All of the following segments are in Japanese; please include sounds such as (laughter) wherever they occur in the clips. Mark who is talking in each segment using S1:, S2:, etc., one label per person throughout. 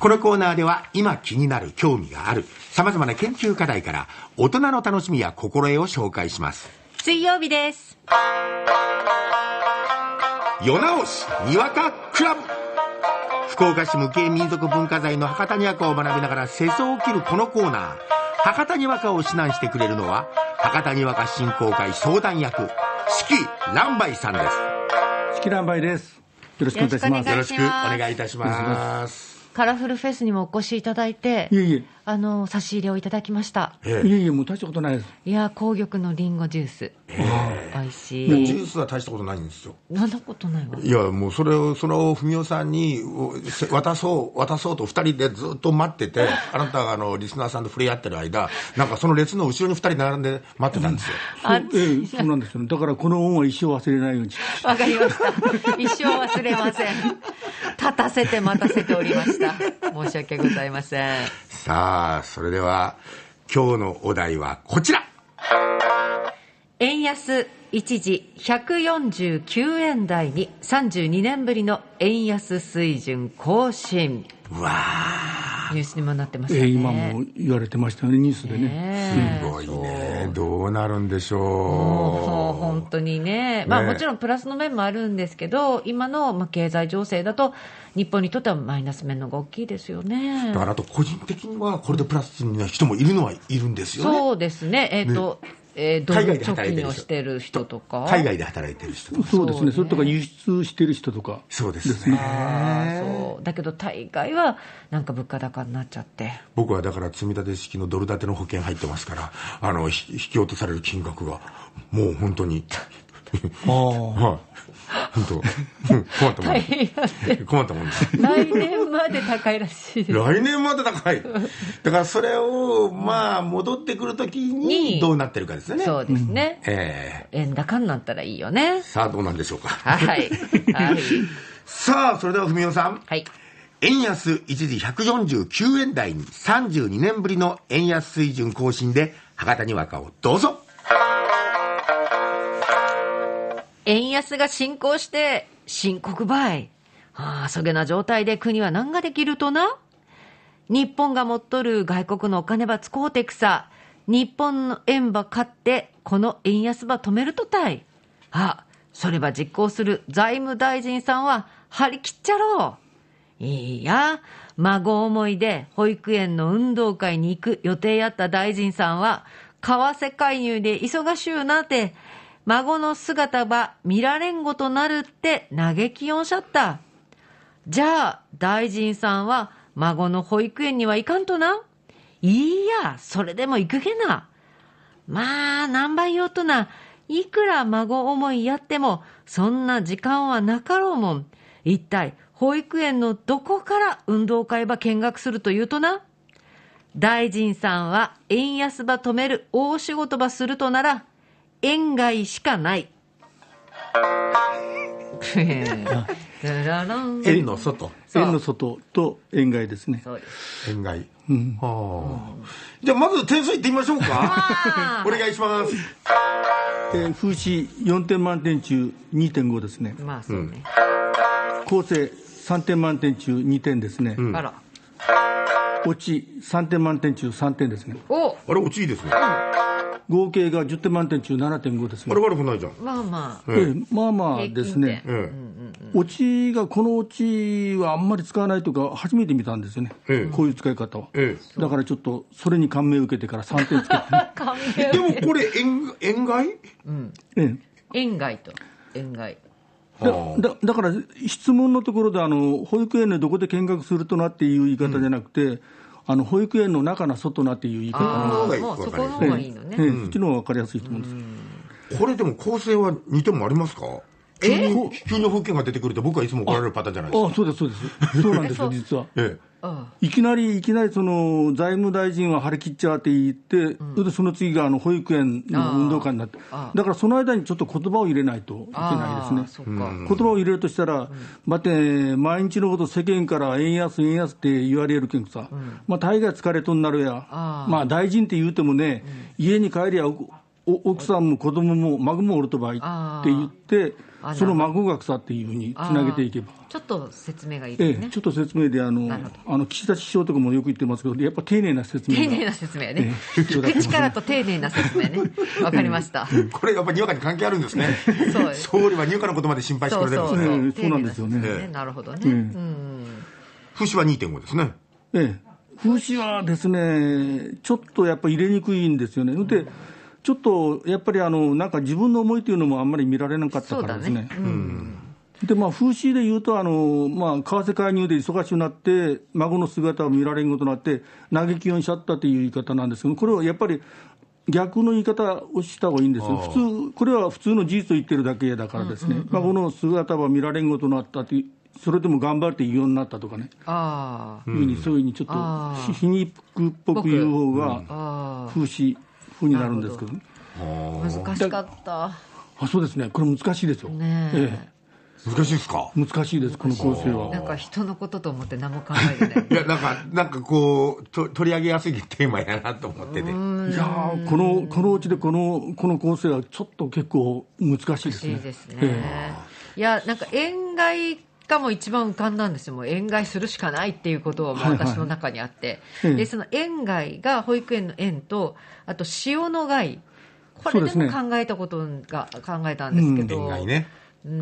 S1: このコーナーでは今気になる興味がある様々な研究課題から大人の楽しみや心得を紹介します。
S2: 水曜日です
S1: 夜直しにわかクラブ福岡市無形民族文化財の博多にわかを学びながら世相を切るこのコーナー博多にわかを指南してくれるのは博多にわか振興会相談役四季蘭梅さんです
S3: チキランバイです。よろしくお願いします。
S1: よ
S2: よ
S1: ろ
S2: ろ
S1: しく
S2: しく
S1: お
S2: お
S1: 願
S2: 願
S1: いいたします
S2: カラフルフェスにもお越しいただいて
S3: いえいえ、
S2: あの差し入れをいただきました
S1: え
S3: い
S1: え
S3: えいえ、もう大したことないです。
S2: いやー紅玉のリンゴジュース美味し
S1: いやジ
S2: い
S1: ュースは大したことないんですよ
S2: そんなことないわ
S1: いやもうそれをその文雄さんにおせ渡そう渡そうと2人でずっと待ってて
S2: (laughs)
S1: あなたがあのリスナーさんと触れ合ってる間なんかその列の後ろに2人並んで待ってたんですよ
S2: あ
S3: そうええ、そうなんですよ、ね。だからこの恩は一生忘れないように。
S2: わかりました一生忘れません立たせて待たせておりました申し訳ございません
S1: さあそれでは今日のお題はこちら
S2: 円安一時149円台に32年ぶりの円安水準更新
S1: うわあ
S2: ニュースにもなってまし
S3: え
S2: た
S3: え、
S2: ね
S3: 今も言われてましたよね、ニュースでね。
S2: ねえ
S1: すごいねどうなるんでし
S2: もう
S1: ょ
S2: 本当にね、まあ、
S1: ね
S2: もちろんプラスの面もあるんですけど、今のまあ経済情勢だと、日本にとってはマイナス面の方が大きいですよ
S1: う
S2: ね
S1: だ。からあと個人的にはこれでプラスな人もいるのはいるんですよね
S2: そうですね、えっ、と、えー、ド
S1: 海
S2: ル
S1: 外で働いて
S2: 貯金
S1: る人
S2: をしてる人とか、
S1: 海外で働いてる人とか
S3: そうですね。
S2: そ
S3: そう
S2: ね
S3: れとか輸出してる人とか。
S1: そうですね
S2: あーそうだけど、大概はなんか物価高になっちゃって、 (laughs)
S1: 僕はだから積み立て式のドル建ての保険入ってますからあのひ引き落とされる金額がもう本当に (laughs)
S3: ああ。
S1: はい本当うん困ったもん
S2: 大
S1: です
S2: 変なんで
S1: 困ったもんです
S2: 来年まで高いらしいです。
S1: 来年まで高い。だからそれを、まあ、戻ってくるときに、
S2: に
S1: どうなってるかですね。
S2: そうです (laughs) ね、
S1: え
S2: 円高になったらいいよね
S1: ー。さあ、どうなんでしょうか。
S2: はい、はい、
S1: さあ、それでは、文雄さん。
S2: はい
S1: 円安一時149円台に32年ぶりの円安水準更新で、博多に若をどうぞ。
S2: 円安が進行して深刻ばい。ああ、そげな状態で国は何ができるとな日本が持っとる外国のお金ば使うてくさ。日本の円ば買って、この円安ば止めるとたい。あ、それば実行する財務大臣さんは張り切っちゃろう。いいや、孫思いで保育園の運動会に行く予定やった大臣さんは、為替介入で忙しゅうなって、孫の姿ば見られんごとなるって嘆きよんしゃった。じゃあ、大臣さんは孫の保育園には行かんとな。いいや、それでも行くげな。まあ、何倍よとな。いくら孫思いやっても、そんな時間はなかろうもん。一体、保育園のどこから運動会ば見学するというとな。大臣さんは円安ば止める大仕事ばするとなら、円買いしかない。 (laughs) へえダララン
S1: 円の外。
S2: そう
S3: 円の外と円外ですね。
S2: そうです。
S1: 円買い。はあじゃあ、まず点数いってみましょう
S2: (laughs)
S1: か
S2: あ。
S1: お願いします。
S3: えー風刺4点満点中2.5ですね。
S2: まあそうね。
S3: 構成3点満点中2点ですね。
S2: あら。
S3: 落ち3点満点中3点ですね。
S2: お
S1: あれ、落ちいいですね。
S3: 合計が10点満点中7.5です
S1: あ
S3: ね
S1: れ、。悪くないじゃん。
S2: まあまあ。
S3: ええ、まあまあですね。
S2: 平均点
S1: え
S3: 落ちがこの落ちはあんまり使わないというか初めて見たんですよね、
S1: ええ
S3: こういう使い方は、
S1: え
S3: だからちょっとそれに感銘を受けてから3点つけて、ね
S2: 感
S1: え。でも、これ、円、円買い
S3: え
S2: (laughs) (laughs) 円外と。円外。
S3: え、だだだから質問のところであの保育園のどこで見学するとなっていう言い方じゃなくて、あの保育園の中な外なっていう言い方
S1: の方
S2: あ
S1: が
S2: あ
S1: いい
S2: もうそこの
S3: え
S2: 方
S3: え
S2: がいいの
S3: ええ
S2: ね。
S3: そっちの方が分かりやすいと思うんですけど、
S1: これでも構成は似てもありますか急
S2: え
S1: に急に保険が出てくると僕はいつも怒られるパターンじゃないですか。
S3: ああそうですそうですそうなんですよ実は
S1: え
S2: あ
S3: いきなりいきなりその財務大臣は張り切っちゃって言って、それでその次があの保育園の運動会になって
S2: あ
S3: だからその間にちょっと言葉を入れないといけ
S2: あ
S3: ないですね
S2: ああそっか。
S3: 言葉を入れるとしたら、待って、毎日のこと世間から円安、円安って言われるけんさ、まあ、大概疲れとんなるや、
S2: あ
S3: まあ、大臣って言うてもね、家に帰りゃおお奥さんも子供も孫もおるとばいって言って、
S2: あ
S3: その孫が草っていうふうにつなげていけば。
S2: ちょっと説明がいる
S3: ええ、
S2: ね
S3: ちょっと説明であの
S2: なるほど
S3: あの岸田首相とかもよく言ってますけど、やっぱ丁寧な説明
S2: 丁
S3: が
S2: 寧な説明ね、
S3: ええ必
S2: 聞
S3: 要だと思いま
S2: く
S3: す
S2: 力と丁寧な説明ね、わかりました、
S1: これやっぱにわかに関係あるんですね
S2: そうです
S1: 総理はにわかのことまで心配して
S2: そ
S1: く
S2: う
S1: れてるんですね
S2: そうそう、
S3: ええそうなんですよね
S2: 丁寧な説明なるほどね、
S3: ええ
S2: うん、
S1: 節は2.5ですね
S3: ええ、風刺はですね、ちょっとやっぱり入れにくいんですよね、でちょっとやっぱりあのなんか自分の思いというのもあんまり見られなかった
S2: そう
S3: から
S2: だ
S3: ですね。
S2: ね、うん、
S3: でまあ、風刺でいうとあの、まあ、為替介入で忙しくなって、孫の姿を見られんことになって、嘆きをしちゃったという言い方なんですけど、これはやっぱり逆の言い方をした方がいいんですよ、
S1: ああ
S3: 普通、これは普通の事実を言ってるだけだからですね、孫の姿は見られんことになったという、それでも頑張って言うようになったとかね、
S2: ああ、
S3: いうふうにそういうふうにちょっ
S2: ああ
S3: と皮肉っぽく言う方が
S2: あ
S3: 風刺風になるんですけどね。
S2: あ、難しかった、
S3: あそうですねこれ難しいですよ、
S2: ねえ
S3: え
S1: 難しいですか
S3: え、難しいです、この構成は
S2: な。んか人のことと思って、何も考えてない
S1: い。やなんかなんかこうと取り上げやすいテーマやなと思ってて
S3: いやーこのこのうちでこのこの構成はちょっと結構難しいですね。
S2: いいですね、
S3: え
S2: いやなんか円買いがもう一番浮かんだんですよもう円買いするしかないっていうことも
S3: はいはい
S2: 私の中にあって、
S3: ええ
S2: でその円買いが保育園の円とあと塩の買いこれで
S3: そう
S2: も
S3: ですね
S2: 考えたことが、考えたんですけど、
S1: 恋愛ね
S2: うーん
S1: う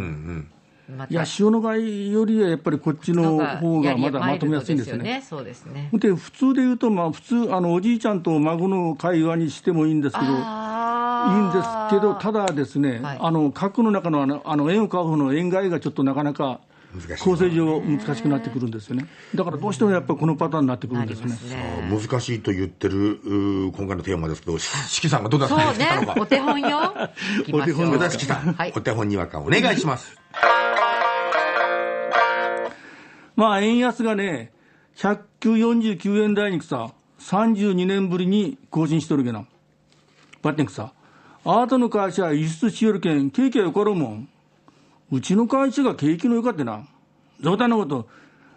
S1: んうん
S2: ま
S3: えいや
S2: た
S3: 塩の貝よりはやっぱりこっちの方がまだ
S2: マ
S3: ま
S2: イ
S3: と
S2: ル
S3: め
S2: ド
S3: やすいんですよね。
S2: そうですね
S3: で普通で言うと、まあ、普通あのおじいちゃんと孫の会話にしてもいいんですけど。いいんです
S2: あー
S3: けど、ただですね、
S2: はい
S3: あの核の中のあのあの円を買う方の円買いがちょっとなかなか
S1: 難しい
S3: 構成上難しくなってくるんですよね。だからどうしてもやっぱりこのパターンになってくる
S2: なん
S3: で
S2: り
S3: す
S2: ま
S3: ね。
S2: すね
S1: 難しいと言ってるうー今回のテーマですけどししきさんがどんな
S2: そう
S1: 作品を作ったの
S2: ね
S1: か
S2: (laughs) お手本よいきますよ
S3: お手本
S1: 小田しきさん、
S2: はい
S1: お手本にわかお願いします
S3: まあ円安がね、149円台にくさ、32年ぶりに更新しとるげな。バッテンくさ、あートの会社は輸出しよるけん、景気はよかろうもん。うちの会社が景気のよかってな。冗談のこと、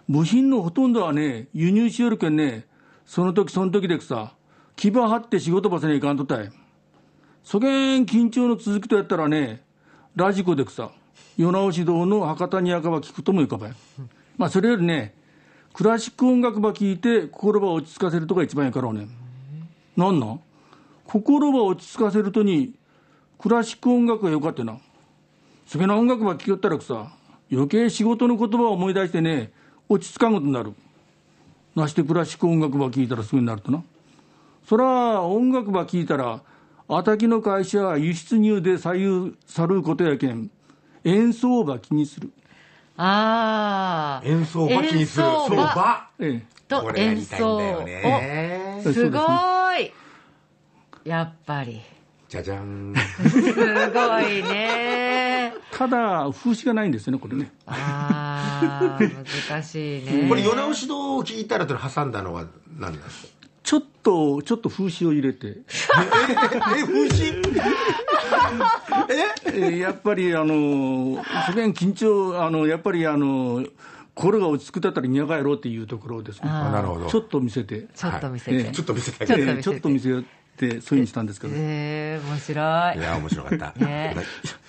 S3: 部品のほとんどはね、輸入しよるけんね、その時その時でくさ、牙張って仕事ばせにいかんとったい。そげん緊張の続きとやったらね、ラジコでくさ、世直し堂の博多にやかば聞くともいかばい。まあそれよりね、クラシック音楽ば聞いて心ば落ち着かせるとが一番やからうね。なんなん心ば落ち着かせるとに、クラシック音楽がよかってな。そげな音楽ば聞きよったらくさ、余計仕事の言葉を思い出してね、落ち着かんことになる。なしてクラシック音楽ば聞いたらすぐになるとな。そら音楽ば聞いたらあたきの会社は輸出入で左右されることやけん演奏ば気にする、
S2: ああ
S1: 演奏ば気にする
S2: 演奏
S1: そうば
S3: ええ
S2: と
S1: これや
S2: 演
S1: りたいん
S2: 奏
S1: だよ
S2: を
S1: ね
S2: すごーいやっぱり
S1: じゃじゃん
S2: すごいね
S3: ただ風刺がないんですよねこれね
S2: あー難しいね
S1: これ世直し堂を聞いたらと挟んだのは何なんですか
S3: ちょっとちょっと風刺を入れて、
S1: え風刺
S3: ええやっぱりあのそれん緊張あのやっぱりあの心が落ち着くだったらにやがやろうっていうところですね
S2: あー
S1: なるほど
S3: ちょっと見せて
S2: ちょっと見せて、
S3: はいええ
S1: ちょっと見せてあ
S2: ちょ
S1: げて
S2: っと見せて
S3: ええちょっと見せてそういうふうにしたんですけど、
S2: えー、面白い
S1: いや面白かった、
S2: ね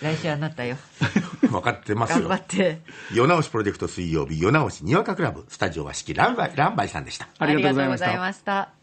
S2: 来週はなったよ
S1: 分かってます
S2: 頑
S1: よ
S2: 張って
S1: 世直しプロジェクト水曜日世直しにわかクラブスタジオは四季ランバイランバイさんでした
S3: ありがとうございまし
S2: ありが
S3: た
S2: とうございました